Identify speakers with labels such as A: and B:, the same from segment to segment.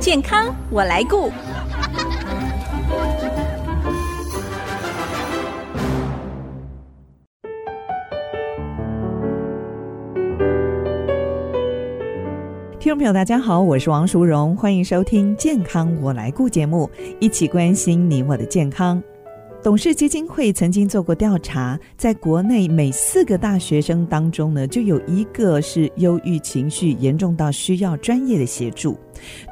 A: 健康我来顾。
B: 听众朋友，大家好，我是王淑荣，欢迎收听《健康我来顾》节目，一起关心你我的健康。董事基金会曾经做过调查，在国内每四个大学生当中呢，就有一个是忧郁情绪严重到需要专业的协助。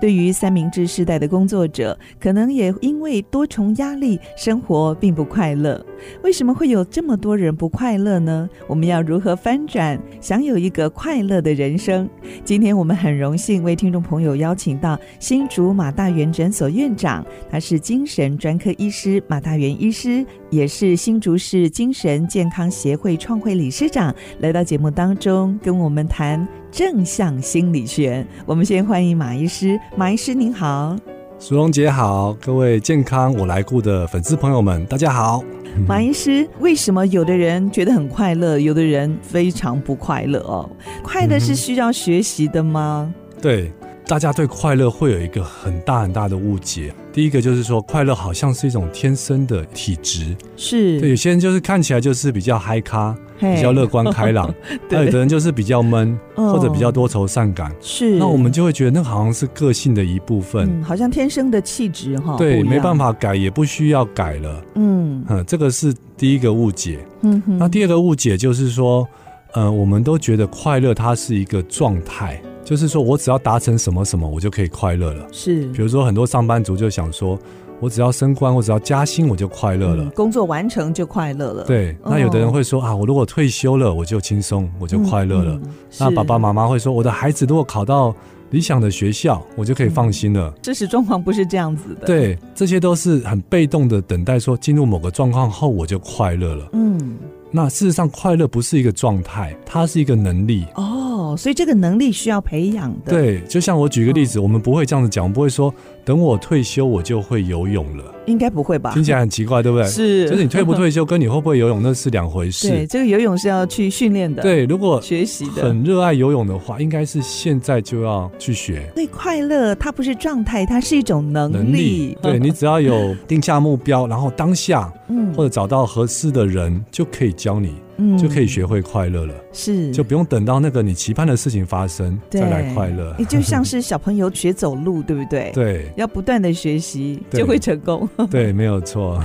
B: 对于三明治世代的工作者，可能也因为多重压力，生活并不快乐。为什么会有这么多人不快乐呢？我们要如何翻转，享有一个快乐的人生？今天我们很荣幸为听众朋友邀请到新竹马大元诊所院长，他是精神专科医师马大元医师，也是新竹市精神健康协会创会理事长，来到节目当中跟我们谈正向心理学。我们先欢迎马医师，马医师您好。
C: 苏荣姐好，各位健康我来顾的粉丝朋友们，大家好。
B: 马医师，为什么有的人觉得很快乐，有的人非常不快乐哦？快乐是需要学习的
C: 嗯
B: 吗？
C: 对，大家对快乐会有一个很大很大的误解。第一个就是说，快乐好像是一种天生的体质，
B: 是，
C: 对，有些人就是看起来就是比较嗨咖，
B: 嘿
C: 比较乐观 开朗，
B: 对
C: 那有的人就是比较闷，
B: 哦
C: 或者比较多愁善感。
B: 是。
C: 那我们就会觉得那好像是个性的一部分，
B: 嗯，哦好像天生的气质哈，
C: 对，没办
B: 法，
C: 法改，也不需要改了。
B: 嗯
C: 嗯，这个是第一个误解。
B: 嗯哼，
C: 那第二个误解就是说，呃，我们都觉得快乐它是一个状态，就是说我只要达成什么什么，我就可以快乐了。
B: 是
C: 比如说，很多上班族就想说，我只要升官，我只要加薪，我就快乐了。
B: 嗯工作完成就快乐了，
C: 对，
B: 哦
C: 那有的人会说、啊，我如果退休了，我就轻松，我就
B: 嗯，
C: 快乐了。
B: 嗯
C: 那爸爸，
B: 是
C: 妈妈会说，我的孩子如果考到理想的学校，我就可以放心了。
B: 真实状况不是这样子的，，
C: 对，这些都是很被动的等待，说进入某个状况后我就快乐了。
B: 嗯，
C: 那事实上，快乐不是一个状态，它是一个能力。
B: 哦，所以这个能力需要培养的，，
C: 对，就像我举个例
B: 嗯
C: 子，我们不会这样子讲，我们不会说等我退休我就会游泳了，
B: 应该不会吧？
C: 听起来很奇怪，对不对？
B: 是，
C: 就是你退不退休跟你会不会游泳那是两回
B: 对，
C: 事。
B: 这个游泳是要去训练的，，
C: 对，如果
B: 学习的。
C: 很热爱游泳的话，应该是现在就要去学
B: 所以快乐它不是状态，它是一种能
C: 能力。对你只要有定下目标，然后当下
B: 嗯
C: 或者找到合适的人，就可以教你，
B: 嗯
C: 就可以学会快乐了，
B: 是
C: 就不用等到那个你期盼的事情发生
B: 对
C: 再来快乐
B: 也。就像是小朋友学走路，对不对？，
C: 对
B: 要不断的学习
C: 对
B: 就会成功。
C: 对，没有错。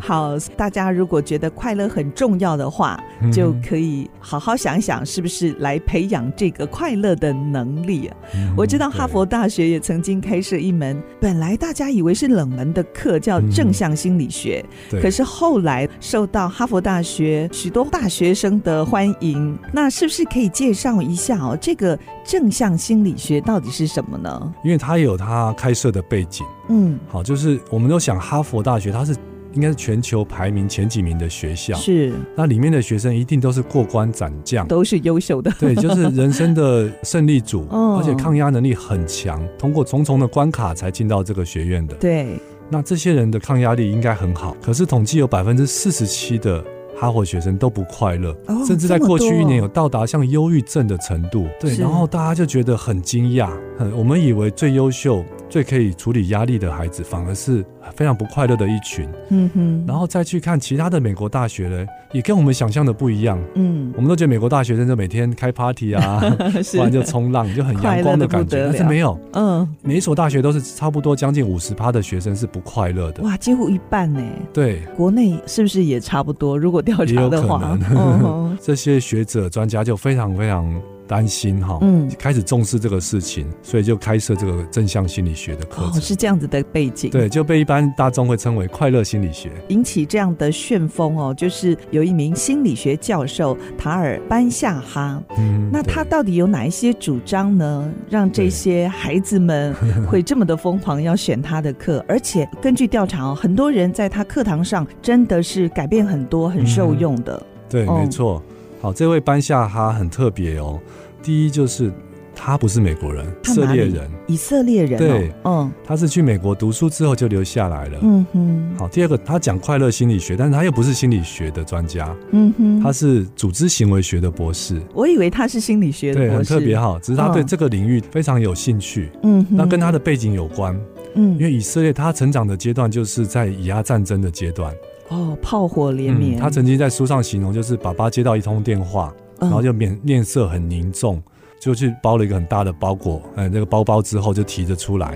B: 好，大家如果觉得快乐很重要的话，就可以好好想想，是不是来培养这个快乐的能力、啊。
C: 嗯
B: 我知道哈佛大学也曾经开设一门本来大家以为是冷门的课，叫
C: 嗯
B: 正向心理学，
C: 对，
B: 可是后来受到哈佛大学许多大学生的欢迎。那是不是可以介绍一下哦？这个正向心理学到底是什么呢？
C: 因为他有他开设的背景，
B: 嗯，
C: 好，就是我们都想哈佛大学，它是应该是全球排名前几名的学校，
B: 是
C: 那里面的学生一定都是过关斩将，
B: 都是优秀的，
C: 对，就是人生的胜利组，
B: 哦
C: 而且抗压能力很强，通过重重的关卡才进到这个学院的。
B: 对，
C: 那这些人的抗压力应该很好，可是统计有百分之四十七的。哈佛学生都不快乐，
B: 哦
C: 甚至在
B: 这么
C: 过去
B: 多
C: 一年有到达像忧郁症的程度。对，
B: 是
C: 然后大家就觉得很惊讶，很我们以为最优秀、最可以处理压力的孩子，反而是非常不快乐的一群。
B: 嗯哼，
C: 然后再去看其他的美国大学呢，也跟我们想象的不一样。
B: 嗯
C: 我，们都觉得美国大学生就每天开 party 啊，
B: 是
C: 不然就冲浪，就很阳光的
B: 快
C: 感
B: 乐得
C: 觉
B: 不得了。
C: 但是没有，
B: 嗯，
C: 每一所大学都是差不多将近五十趴的学生是不快乐的。
B: 哇，几乎一半呢。
C: 对，
B: 国内是不是也差不多？如果调
C: 也
B: 查
C: 有
B: 的
C: 可
B: 话，
C: 能
B: 哦
C: 这些学者专家就非常非常担心哈，
B: 嗯
C: 开始重视这个事情，所以就开设这个正向心理学的课
B: 哦，
C: 程。
B: 是这样子的背景，
C: 对，就被一般大众会称为快乐心理学。
B: 引起这样的旋风哦，就是有一名心理学教授塔尔班夏哈，
C: 嗯
B: 那
C: 对
B: 他到底有哪一些主张呢？让这些孩子们 会这么的疯狂要选他的课？而且根据调查哦，很多人在他课堂上真的是改变很多，很受
C: 嗯
B: 用的。
C: 对，
B: 哦
C: 没错。好，这位班夏哈很特别哦。第一就是他不是美国人，以
B: 他
C: 色
B: 哪里
C: 列人，
B: 以色列人、
C: 对
B: 哦，
C: 他是去美国读书之后就留下来了。
B: 嗯嗯哼，
C: 好，第二个，他讲快乐心理学，但是他又不是心理学的专家，
B: 嗯哼，
C: 他是组织行为学的博士，
B: 我以为他是心理学的
C: 对，
B: 博
C: 很
B: 士，
C: 特别好。只是他对
B: 嗯
C: 这个领域非常有兴趣，
B: 嗯哼，
C: 那跟他的背景有关，
B: 嗯，
C: 因为以色列他成长的阶段就是在以阿战争的阶段，嗯
B: 哦，炮火连绵，
C: 他曾经在书上形容，就是爸爸接到一通电话，
B: 嗯
C: 然后就面面色很凝重，就去包了一个很大的包裹，呃，那个包包之后就提着出来，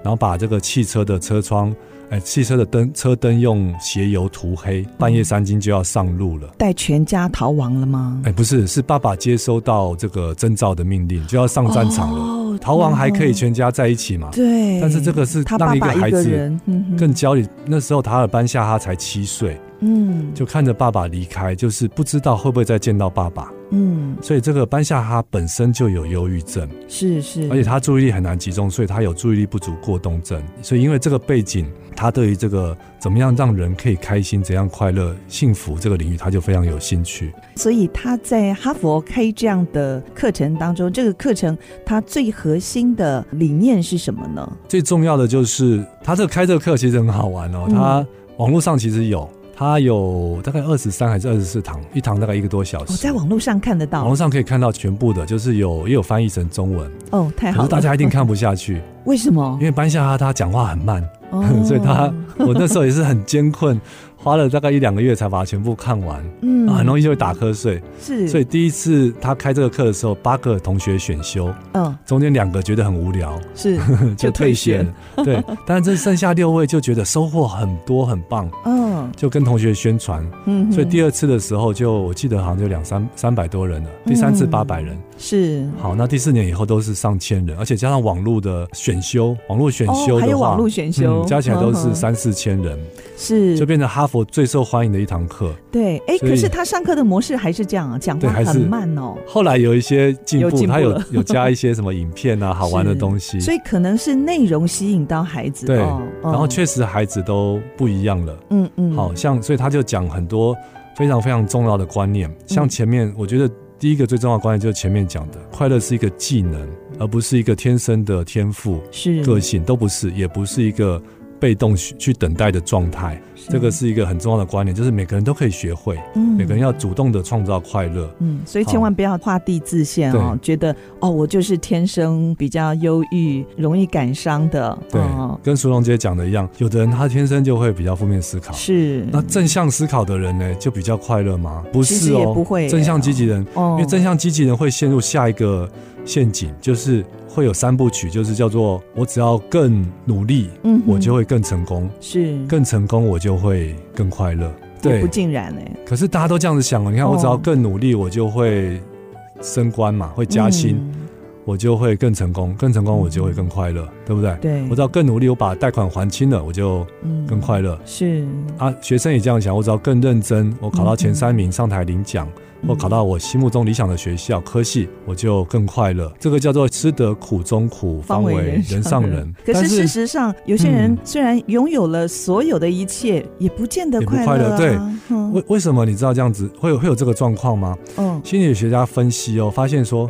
C: 然后把这个汽车的车窗，呃，汽车的灯车灯用鞋油涂
B: 嗯
C: 黑，半夜三更就要上路了。
B: 带全家逃亡了吗？
C: 哎，不是，是爸爸接收到这个征召的命令，就要上战场了。
B: 哦
C: 逃亡还可以
B: 哦
C: 全家在一起嘛？
B: 对，
C: 但是这个是
B: 他
C: 让
B: 爸
C: 一个
B: 爸
C: 孩
B: 个
C: 子
B: 人嗯哼
C: 更焦虑。那时候塔尔班夏他才七岁，
B: 嗯
C: 就看着爸爸离开，就是不知道会不会再见到爸爸。
B: 嗯
C: 所以这个班夏哈本身就有忧郁症，
B: 是是，
C: 而且他注意力很难集中，所以他有注意力不足过动症。所以因为这个背景，他对于这个怎么样让人可以开心、怎样快乐、幸福这个领域，他就非常有兴趣。
B: 所以他在哈佛开这样的课程当中，这个课程它最核心的理念是什么呢？
C: 最重要的就是他这个开这个课其实很好玩哦，
B: 嗯
C: 他网络上其实有，他有大概二十三还是二十四堂，一堂大概一个多小时。
B: 我哦在网络上看得
C: 网络
B: 到
C: 上可以看到全部的，就是有也有翻译成中文，
B: 哦，太
C: 可
B: 好了！
C: 是大家一定看不下 去，
B: 为什么
C: 因？为班夏哈他讲话很慢。
B: 哦
C: 所以他我那时候也是很艰困，花了大概一两个月才把它全部看完，
B: 嗯
C: 啊，很容易就会打瞌睡。
B: 是，
C: 所以第一次他开这个课的时候，八个同学选修，
B: 嗯
C: 中间两个觉得很 无聊，
B: 是就退
C: 退
B: 选
C: 选。对， 但是这剩下六位就觉得收获很多，很棒，
B: 嗯
C: 就跟同学宣传。
B: 嗯，
C: 所以第
B: 二
C: 二次的时候就，我记得好像就两三三百多人了，第三次
B: 嗯
C: 八百人。
B: 是
C: 好，那第四年以后都是上千人，而且加上网络的选修，网络选
B: 哦、
C: 修的话，
B: 还有网络选修、
C: 嗯加起来都是
B: 嗯
C: 三四千人。
B: 哼是
C: 就变成哈佛最受欢迎的一堂课。
B: 对，哎，
C: 所以
B: 可是他上课的模式还是这样啊，讲
C: 对
B: 话
C: 还是
B: 很慢哦，
C: 后来有一些进
B: 有
C: 步，
B: 进步
C: 它有
B: 了
C: 有加一些什么影片啊，好玩的
B: 是
C: 东西。
B: 所以可能是内容吸引到孩子，
C: 对
B: 哦、
C: 然后
B: 嗯
C: 确实孩子都不一样了，
B: 嗯嗯，
C: 好像所以他就讲很多非常非常重要的观
B: 嗯
C: 念，像前面我觉得第一个最重要的观念就是前面讲的，快乐是一个技能，而不是一个天生的天赋、
B: 是
C: 个性都不是，也不是一个被动去去等待的状态。这个是一个很重要的观念，就是每个人都可以学会，每
B: 每
C: 个人要主动的创造快乐。
B: 嗯，所以千万不要画地自限哦，觉得哦，我就是天生比较忧郁、容易感伤的，
C: 对，
B: 哦、
C: 跟苏荣姐讲的一样，有的人他天生就会比较负面思考，
B: 是，
C: 那正向思考的人呢，就比较快乐吗？不
B: 其
C: 是
B: 实也
C: 哦，
B: 不会耶
C: 正向积极人，
B: 哦
C: 因为正向积极人会陷入下一个陷阱，就是会有三部曲，就是叫做我只要更努力，
B: 嗯哼
C: 我就会更成
B: 嗯
C: 功，
B: 是
C: 更成功我就会更快乐。
B: 也
C: 对
B: 不，尽然欸嘞，
C: 可是大家都这样子想哦，你看
B: 哦
C: 我只要更努力，我就会升官嘛，会加薪，
B: 嗯
C: 我就会更成功，更成功我就会更快乐，对不对？
B: 对，
C: 我只要更努力，我把贷款还清了，我就
B: 嗯
C: 更快乐。
B: 是，嗯
C: 啊，学生也这样想，我只要更认真，我考到前三名上台领奖，
B: 嗯
C: 或考到我心目中理想的学校科系，我就更快乐。这个叫做吃得苦中苦，方为人上人。
B: 可
C: 但
B: 是事实上，有些人
C: 嗯
B: 虽然拥有了所有的一切，也不见得
C: 也不
B: 快
C: 快
B: 乐、啊。
C: 乐对
B: 嗯，
C: 为为什么你知道这样子会有会有这个状况吗？
B: 嗯，
C: 心理学家分析哦，发现说。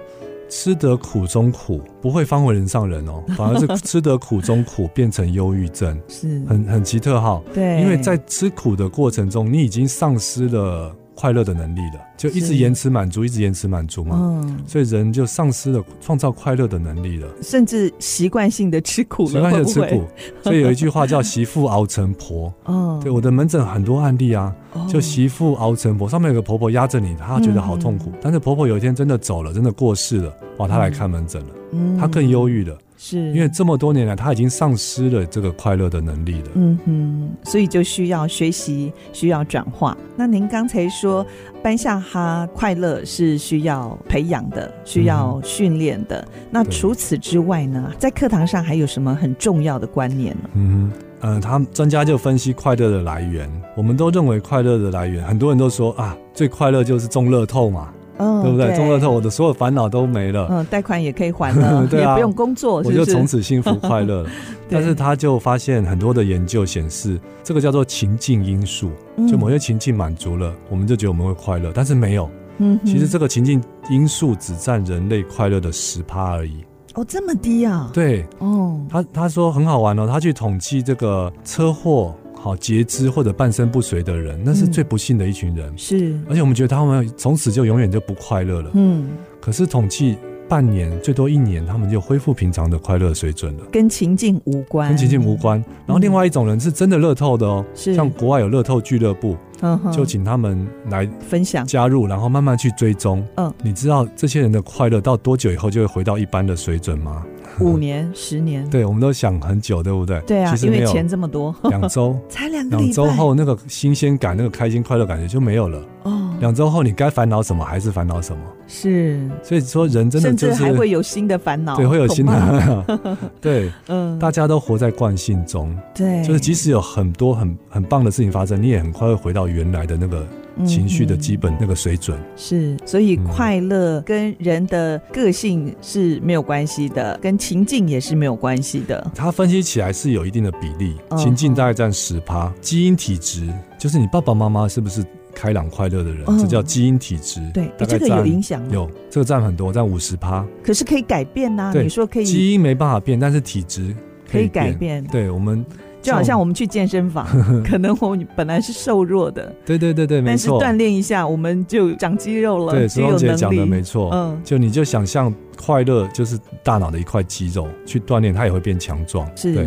C: 吃得苦中苦，不会方为人上人 哦，反而是吃得苦中苦变成忧郁症，
B: 是，
C: 很很奇特哈、
B: 对，
C: 因为在吃苦的过程中，你已经丧失了快乐的能力了，就一
B: 是
C: 直延迟满足，一直延迟满足嘛，
B: 嗯，
C: 所以人就丧失了创造快乐的能力了。
B: 甚至习惯性的吃苦
C: 习
B: 了，
C: 惯
B: 会
C: 性
B: 不
C: 吃
B: 会？
C: 苦，所以有一句话叫“媳妇熬成婆”。
B: 嗯，
C: 对，我的门诊很多案例啊，
B: 哦
C: 就媳妇熬成婆，上面有个婆婆压着你，她觉得好痛苦
B: 嗯，
C: 但是婆婆有一天真的走了，真的过世了，哇，她来看门诊了，
B: 嗯
C: 她更忧郁了，
B: 是，
C: 因为这么多年来，她已经丧失了这个快乐的能力了。
B: 嗯哼，所以就需要学习，需要转化。那您刚才说班夏哈快乐是需要培养的，需要训练的。那
C: 对
B: 除此之外呢，在课堂上还有什么很重要的观念呢？
C: 嗯哼，呃，他们专家就分析快乐的来源。我们都认为快乐的来源，很多人都说啊，最快乐就是中乐透嘛，
B: 嗯，
C: 对不对？中乐透，，我的所有烦恼都没了，
B: 嗯，贷款也可以还了，
C: 对啊
B: 也不用工作，是
C: 我
B: 不是
C: 就从此幸福 快乐了。但是他就发现很多的研究显示，
B: 嗯
C: 这个叫做情境因素，就某些情境满足了，我们就觉得我们会快乐，但是没有，
B: 嗯哼，
C: 其实这个情境因素只占人类快乐的十趴而已。
B: 哦这么低啊，，
C: 对
B: 哦，
C: 他，他说很好玩哦，他去统计这个车祸、好截肢或者半身不遂的人，那是
B: 嗯
C: 最不幸的一群人。
B: 是，
C: 而且我们觉得他们从此就永远就不快乐了。
B: 嗯，
C: 可是统计半年最多一年，他们就恢复平常的快乐水准了，
B: 跟情境无关，
C: 跟情境无关。然后另外一种人是真的乐透的哦，
B: 嗯是，
C: 像国外有乐透俱乐部，
B: 嗯哼
C: 就请他们来
B: 分享，
C: 加入，然后慢慢去追踪。
B: 嗯，
C: 你知道这些人的快乐到多久以后就会回到一般的水准吗？
B: 五年、十年，
C: 对，我们都想很久，对不对？
B: 对啊
C: 其，实
B: 因
C: 没
B: 为
C: 有
B: 钱这么多，。
C: 两周
B: 才两个
C: 两
B: 礼
C: 周
B: 拜
C: 后，那个新鲜感、那个开心、快乐感觉就没有了。
B: 哦，
C: 两周后，你该烦恼什么还是烦恼什么。
B: 是，
C: 所以说，人真的
B: 甚
C: 就
B: 至
C: 是
B: 还会有新的烦恼，
C: 对，会有新
B: 恐 怕，
C: 的。对，
B: 嗯，
C: 大家都活在惯性中，
B: 对，
C: 就是即使有很多很很棒的事情发生，你也很快会回到原来的那个情绪的基
B: 本。
C: 本那个水准。
B: 嗯是，所以
C: 嗯
B: 快乐跟人的个性是没有关系的，跟情境也是没有关系的。
C: 它分析起来是有一定的比例，
B: 嗯
C: 情境大概占十趴，基因体质就是你爸爸妈妈是不是开朗快乐的人，
B: 嗯
C: 这叫基因体质。
B: 对，
C: 大
B: 诶
C: 概
B: 这个有
C: 占
B: 影响吗，
C: 有这个占很多，占五十趴。
B: 可是可以改变呐、
C: 对
B: 你说可以
C: 基因没办法变，但是体质
B: 可
C: 可
B: 以
C: 以
B: 改
C: 变。
B: 变，
C: 对我们，
B: 就好像我们去健身房，可能我们本来是瘦弱的，
C: 对对对对，没
B: 但是
C: 错。
B: 锻炼一下我们就长肌肉了，
C: 对，
B: 就
C: 朱
B: 有
C: 荣姐
B: 能
C: 讲
B: 力。
C: 的没错。
B: 嗯，
C: 就你就想象快乐就是大脑的一块肌肉，去锻炼它也会变强壮。
B: 是，
C: 对，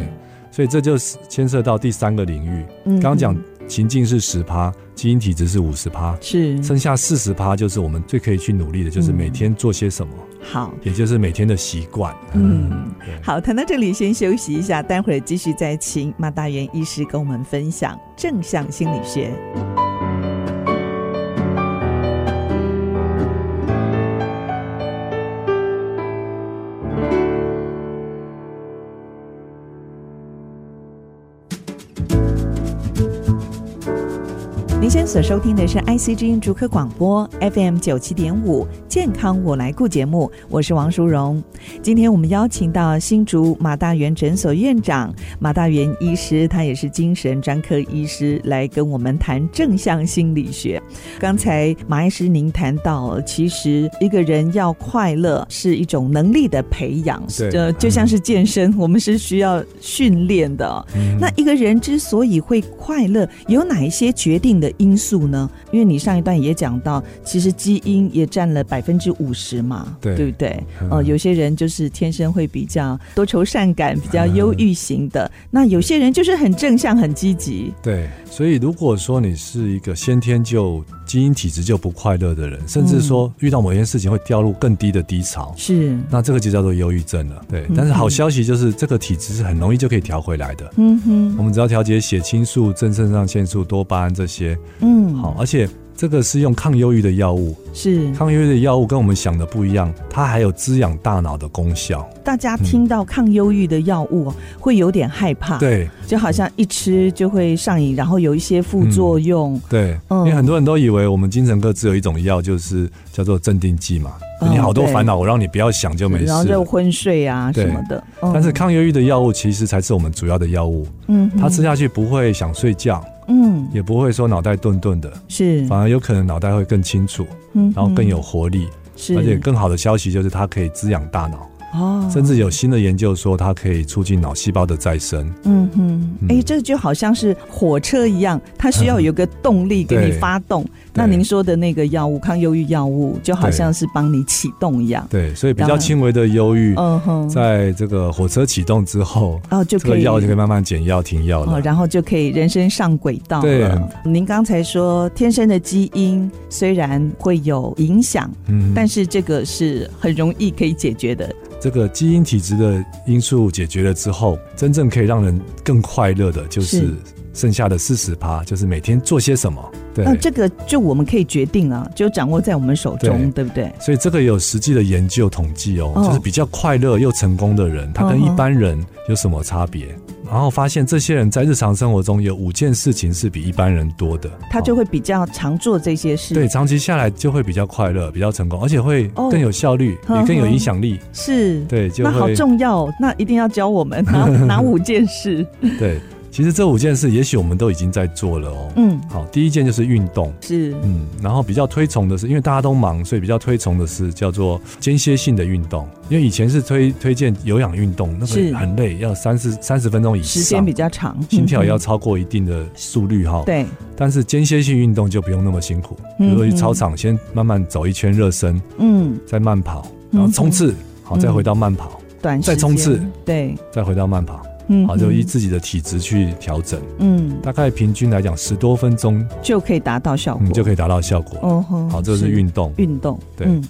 C: 所以这就是牵涉到第三个领域。
B: 嗯
C: 刚刚讲
B: 嗯
C: 情境是十趴，基因体质是五十趴，
B: 是
C: 剩下四十趴就是我们最可以去努力的，就是
B: 嗯
C: 每天做些什么，
B: 好。
C: 也就是每天的习惯。
B: 嗯，
C: 对。
B: 好，谈到这里先休息一下，待会儿继续再请马大元医师跟我们分享正向心理学。您现在所收听的是 IC 之音逐客广播 FM 九七点五健康我来顾节目，我是王淑荣。今天我们邀请到新竹马大元诊所院长马大元医师，他也是精神专科医师，来跟我们谈正向心理学。刚才马医师您谈到，其实一个人要快乐是一种能力的培养，
C: 对
B: 呃，就像是健身，我们是需要训练的哦、
C: 嗯
B: 那一个人之所以会快乐，有哪一些决定的因素呢？因为你上一段也讲到，其实基因也占了百分之五十嘛，
C: 对
B: 不对？
C: 嗯
B: 呃，有些人就是天生会比较多愁善感，比较忧郁型
C: 嗯
B: 的；那有些人就是很正向、很积极。
C: 对，所以如果说你是一个先天就基因体质就不快乐的人，
B: 嗯
C: 甚至说遇到某件事情会掉入更低的低潮，
B: 是，
C: 那这个就叫做忧郁症了。对
B: 嗯，
C: 但是好消息就是这个体质是很容易就可以调回来的。
B: 嗯哼，
C: 我们只要调节血清素、正肾上腺素、多巴胺这些，
B: 嗯，
C: 好，，而且这个是用抗忧郁的药物，
B: 是。
C: 抗忧郁的药物跟我们想的不一样，它还有滋养大脑的功效。
B: 大家听到抗忧郁的药物哦会有点害怕，，
C: 对
B: 就好像一吃就会上瘾，然后有一些
C: 嗯
B: 副作用。
C: 对，
B: 嗯
C: 因为很多人都以为我们精神科只有一种药，就是叫做镇定剂嘛，
B: 嗯
C: 你好多
B: 对
C: 烦恼，我让你不要想就没事
B: 然后
C: 了
B: 就昏睡啊
C: 对
B: 什么的。嗯
C: 但是，抗忧郁的药物其实才是我们主要的药物，
B: 嗯哼，
C: 它吃下去不会想睡觉，
B: 嗯，
C: 也不会说脑袋顿顿的，
B: 是，
C: 反而有可能脑袋会更清楚，
B: 嗯哼，
C: 然后更有活力，
B: 是，
C: 而且更好的消息就是它可以滋养大脑，
B: 哦，
C: 甚至有新的研究说它可以促进脑细胞的再生。
B: 嗯哼，哎，
C: 嗯
B: 这就好像是火车一样，它需要有个动力给你
C: 对
B: 发动。那您说的那个药物抗忧郁药物，就好像是帮你启动一样。
C: 对，所以比
B: 然
C: 较
B: 后
C: 轻微的忧郁，
B: 嗯哼，
C: 在这个火车启动之后，
B: 哦就
C: 这
B: 可
C: 个
B: 以
C: 药就可以慢慢减药停药
B: 哦，
C: 了。
B: 然后就可以人生上轨道了。您刚才说天生的基因虽然会有影响，
C: 嗯
B: 但是这个是很容易可以解决的。
C: 这个基因体质的因素解决了之后，真正可以让人更快乐的，就是
B: 是
C: 剩下的四十趴，就是每天做些什么。对，
B: 那这个就我们可以决定了，就掌握在我们手中，对不对？
C: 所以这个有实际的研究统计哦，
B: 哦嗯
C: 就是比较快乐又成功的人，他跟一般人有什么差别？然后发现这些人在日常生活中有五件事情是比一般人多的，
B: 他就
C: 哦
B: 会比较常做这些事。
C: 对，长期下来就会比较快乐、比较成功，而且会
B: 哦
C: 更有效率，
B: 呵呵
C: 也更有影响力。
B: 是，
C: 对，就
B: 那好
C: 会
B: 重要哦，那一定要教我们哪哪五件事？
C: 对。其实这五件事，也许我们都已经在做了哦。
B: 嗯，
C: 好，第一件就是运动，
B: 是
C: 嗯，然后比较推崇的是，因为大家都忙，所以比较推崇的是叫做间歇性的运动。因为以前是推推荐有氧运动，那
B: 是
C: 个很累，要三四三十分钟以
B: 时间
C: 上
B: 比，较长，
C: 心跳也要
B: 嗯
C: 超过一定的速率哈。
B: 嗯。对，
C: 但是间歇性运动就不用那么辛苦，比
B: 嗯
C: 如说去操场先慢慢走一圈热身，
B: 嗯，
C: 再慢跑，然后冲刺，好，再回到慢跑，
B: 短时
C: 再冲刺
B: 间，对，
C: 再回到慢跑，
B: 嗯
C: 好，就依
B: 嗯
C: 自己的体质去调整。
B: 嗯
C: 大概平均来讲，十多分钟嗯
B: 就可以达到效果，
C: 你就可以达到效果。
B: 哦吼，
C: 好，这是运动。
B: 运动，
C: 对
B: 嗯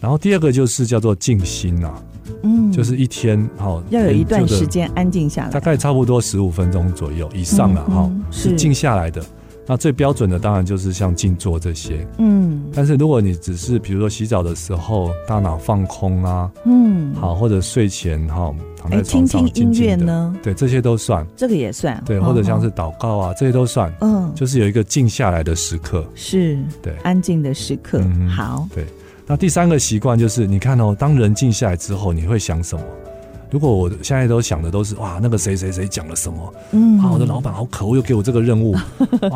C: 然后第二个就是叫做静心啊，
B: 嗯，
C: 就是一天哦好
B: 要有一段时，
C: 研究
B: 间安静下
C: 的
B: 来，
C: 大概差不多十五分钟左右以上了
B: 嗯
C: 哈，
B: 嗯
C: 是
B: 是
C: 静下来的。那最标准的当然就是像静坐这些，
B: 嗯
C: 但是如果你只是比如说洗澡的时候大脑放空啊，
B: 嗯，
C: 好或者睡前哈躺
B: 哎，
C: 在
B: 听
C: 床
B: 听
C: 上
B: 音
C: 静
B: 乐
C: 静的，
B: 呢，
C: 对这些都算，
B: 这个也算，
C: 对
B: 哦
C: 或者像是祷告啊这些都算，
B: 嗯，
C: 就是有一个静下来的时刻。
B: 是
C: 对
B: 安静的时刻
C: 嗯，哼
B: 好，
C: 那第三个习惯就是，你看哦，当人静下来之后，你会想什么？如果我现在都想的都是哇，那个谁谁谁讲了什么
B: 嗯，
C: 啊，我的老板好可恶，又给我这个任务啊，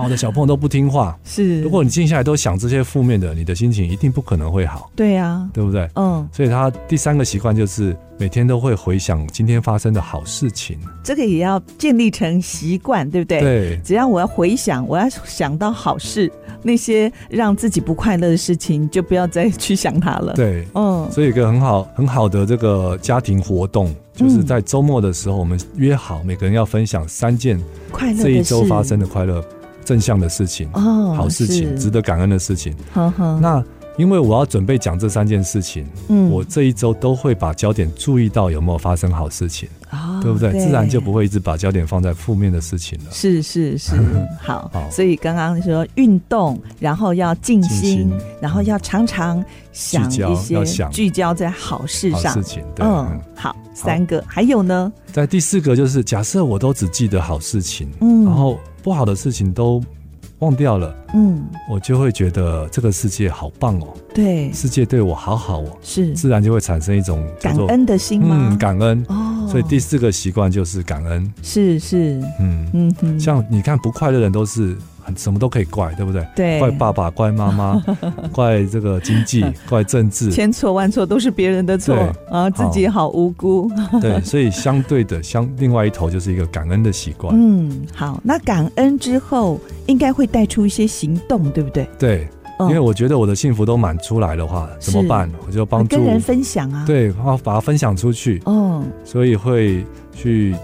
C: 我的小朋友都不听话。
B: 是，
C: 如果你静下来都想这些负面的，你的心情一定不可能会好，
B: 对啊，
C: 对不对？
B: 嗯，
C: 所以他第三个习惯就是每天都会回想今天发生的好事情。
B: 这个也要建立成习惯，对不对？
C: 对
B: 只要我要回想，我要想到好事，那些让自己不快乐的事情，就不要再去想它了。，
C: 对，
B: 嗯，
C: 所以有一个很好很好的这个家庭活动，就是
B: 嗯
C: 在周末的时候，我们约好每个人要分享三件
B: 快乐的
C: 这一周
B: 事
C: 发生的快乐、正向的事情、
B: 哦，
C: 好事情、
B: 是嗯
C: 值得感恩的事情。
B: 呵呵，
C: 那因为我要准备讲这三件事情，
B: 嗯
C: 我这一周都会把焦点注意到有没有发生好事情，
B: 啊
C: 对不对？自然就不会一直把焦点放在负面的事情了。
B: 是是 是，好，
C: 好
B: 所以刚刚说运动，然后要静心，
C: 静心
B: 然后要常常想
C: 聚焦
B: 一些
C: 要想
B: 聚焦在好事
C: 好
B: 上
C: 事，情，对。
B: 嗯
C: 嗯，
B: 好，三个，还有呢，
C: 在第四个就是，假设我都只记得好事情，
B: 嗯，
C: 然后不好的事情都忘掉了，
B: 嗯，
C: 我就会觉得这个世界好棒哦，
B: 对，
C: 世界对我好好哦，
B: 是
C: 自然就会产生一种叫
B: 嗯感
C: 做
B: 恩的心吗？
C: 嗯感恩。
B: 哦，
C: 所以第四个习惯就是感恩。
B: 是是，
C: 嗯，
B: 嗯哼，
C: 像你看不快乐的人都是很什么都可以怪，对不对？
B: 对
C: 怪爸爸，怪妈 妈，怪这个经济，怪政治，
B: 千错万错都是别人的错
C: 对
B: 啊，自己好无辜。
C: 对，所以相对的，相另外一头就是一个感恩的习惯。
B: 嗯，好，那感恩之后应该会带出一些行动，对不对？
C: 对，
B: 嗯
C: 因为我觉得我的幸福都满出来的话，怎么
B: 是
C: 办？我就帮
B: 跟
C: 助，
B: 人分享啊，，
C: 对，然后把它分享出去，
B: 哦，
C: 所以会去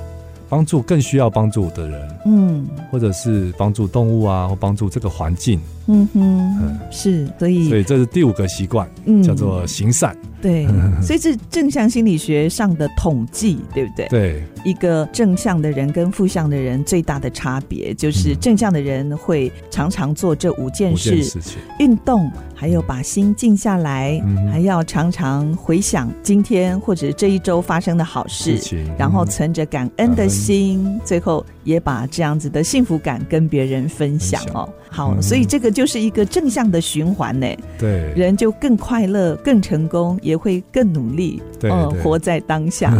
C: 帮助更需要帮助的人，
B: 嗯
C: 或者是帮助动物啊，或帮助这个环境。
B: 嗯哼
C: 嗯，
B: 是，所
C: 所
B: 以
C: 以这是第五个习惯，
B: 嗯
C: 叫做行善。
B: 对，所以这正向心理学上的统计，对不对？
C: 对，
B: 一个正向的人跟负向的人最大的差别就是，
C: 嗯
B: 正向的人会常常做这五件
C: 五件
B: 事：
C: 事情。
B: 运动，还有把心静下来，
C: 嗯哼
B: 还要常常回想今天或者这一周发生的好
C: 事
B: 事。
C: 情，
B: 然后
C: 嗯
B: 存着感恩的心，最后也把这样子的幸福感跟别人分享哦。好，
C: 嗯
B: 所以这个就是一个正向的循环呢，
C: 对
B: 人就更快乐、更成功，也会更努力，
C: 对
B: 嗯
C: 对
B: 活在当 下。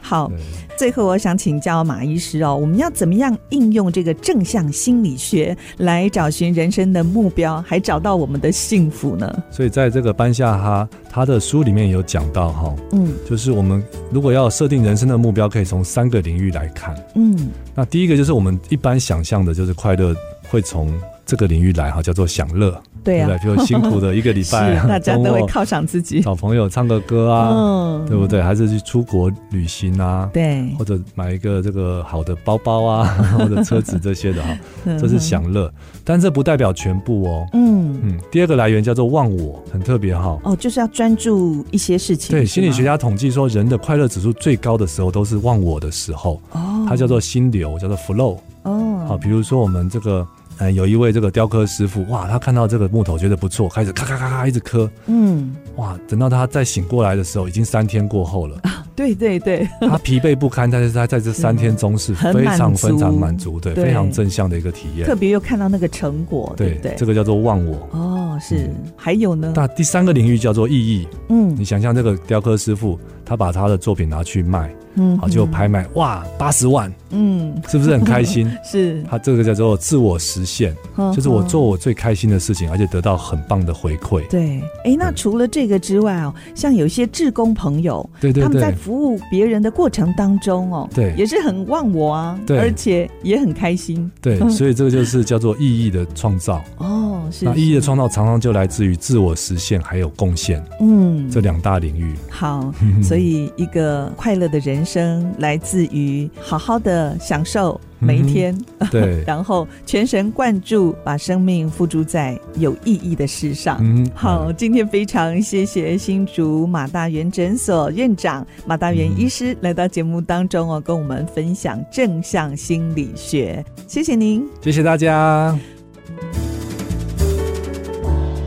B: 好，
C: 对
B: 最后我想请教马医师哦，我们要怎么样应用这个正向心理学来找寻人生的目标，还找到我们的幸福呢？
C: 所以在这个班夏哈他的书里面有讲到哈，
B: 嗯
C: 就是我们如果要设定人生的目标，可以从三个领域来看。
B: 嗯，
C: 那第一个就是我们一般想象的，就是快乐会从这个领域来哈，叫做享乐，
B: 对
C: 对
B: 啊
C: 不，对？比如辛苦的一个 礼
B: 是啊
C: 拜，
B: 大家
C: 周
B: 都
C: 末
B: 会犒赏自 己，
C: 找朋友唱个歌啊，
B: 嗯
C: 对不？对？还是去出国旅行啊。
B: 对，
C: 或者买一个这个好的包包啊， 或者车子这些的哈，这是
B: 嗯
C: 享乐，但这不代表全部哦。
B: 嗯，
C: 嗯，第二个来源叫做忘我，很特别哈。
B: 哦，就是要专注一些事情。
C: 对，
B: 是
C: 心
B: 吗
C: 理学家统计说，人的快乐指数最高的时候都是忘我的时候，
B: 哦，
C: 它叫做心流，叫做 flow。好，
B: 哦，
C: 比如说我们这个，呃，有一位这个雕刻师傅，哇，他看到这个木头觉得不错，开始咔咔咔咔一直刻，
B: 嗯，
C: 哇，等到他再醒过来的时候，已经三天过 后了，
B: 对对 对，
C: 他疲惫不堪，但是他在这三天中是
B: 很
C: 非
B: 满
C: 常
B: 足
C: 非常满足，对，
B: 对
C: 非常正向的一个体验
B: 特。别又看到那个成果，对不对？
C: 这个叫做忘我。
B: 哦，是
C: 嗯，
B: 还有呢，
C: 那第三个领域叫做意义，
B: 嗯
C: 你想象这个雕刻师傅，他把他的作品拿去卖，啊
B: 嗯
C: 好就拍卖，哇，八十万，
B: 嗯
C: 是不是很开心？
B: 是，嗯
C: 它这个叫做自我实现，
B: 哦
C: 就是我做我最开心的事情，而且得到很棒的回馈。
B: 对，哎，那
C: 嗯
B: 除了这个之外哦，像有些志工朋友，
C: 对对
B: 他们在
C: 对，
B: 服务别人的过程当中哦，
C: 对
B: 也是很忘我啊，
C: 对
B: 而且也很开心
C: 对，所以这个就是叫做意义的创造。
B: 哦，嗯是
C: 那意义的，创造常常就来自于自我实现还有贡献
B: 嗯，
C: 这嗯两大领域。
B: 好，所以一个快乐的人生来自于好好的享受每一天，
C: 嗯对，
B: 然后全神贯注把生命付诸在有意义的事上。
C: 嗯，
B: 好，今天非常谢谢新竹马大元诊所院长马大元医师来到节目当中哦，跟我们分享正向心理学，谢谢您。
C: 谢谢大家。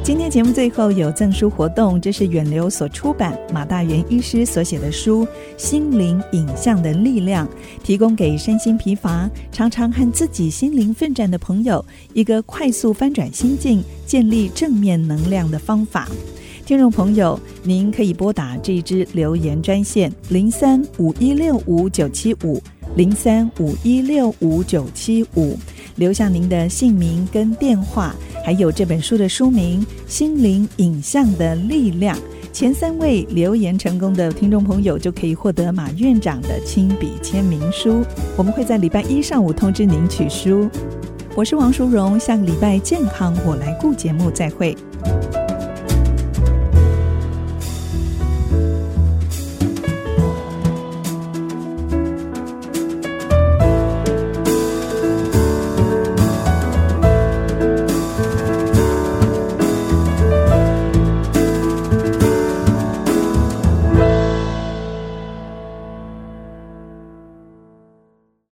B: 今天节目最后有赠书活动，这是远流所出版马大元医师所写的书《心灵影像的力量》，提供给身心疲乏、常常和自己心灵奋战的朋友一个快速翻转心境、建立正面能量的方法。听众朋友，您可以拨打这支留言专线零三五一六五九七五零三五一六五九七五，留下您的姓名跟电话。还有这本书的书名《心灵影像的力量》。前三位留言成功的听众朋友就可以获得马院长的亲笔签名书。我们会在礼拜一上午通知您取书。我是王淑荣，下个礼拜健康我来顾节目再会。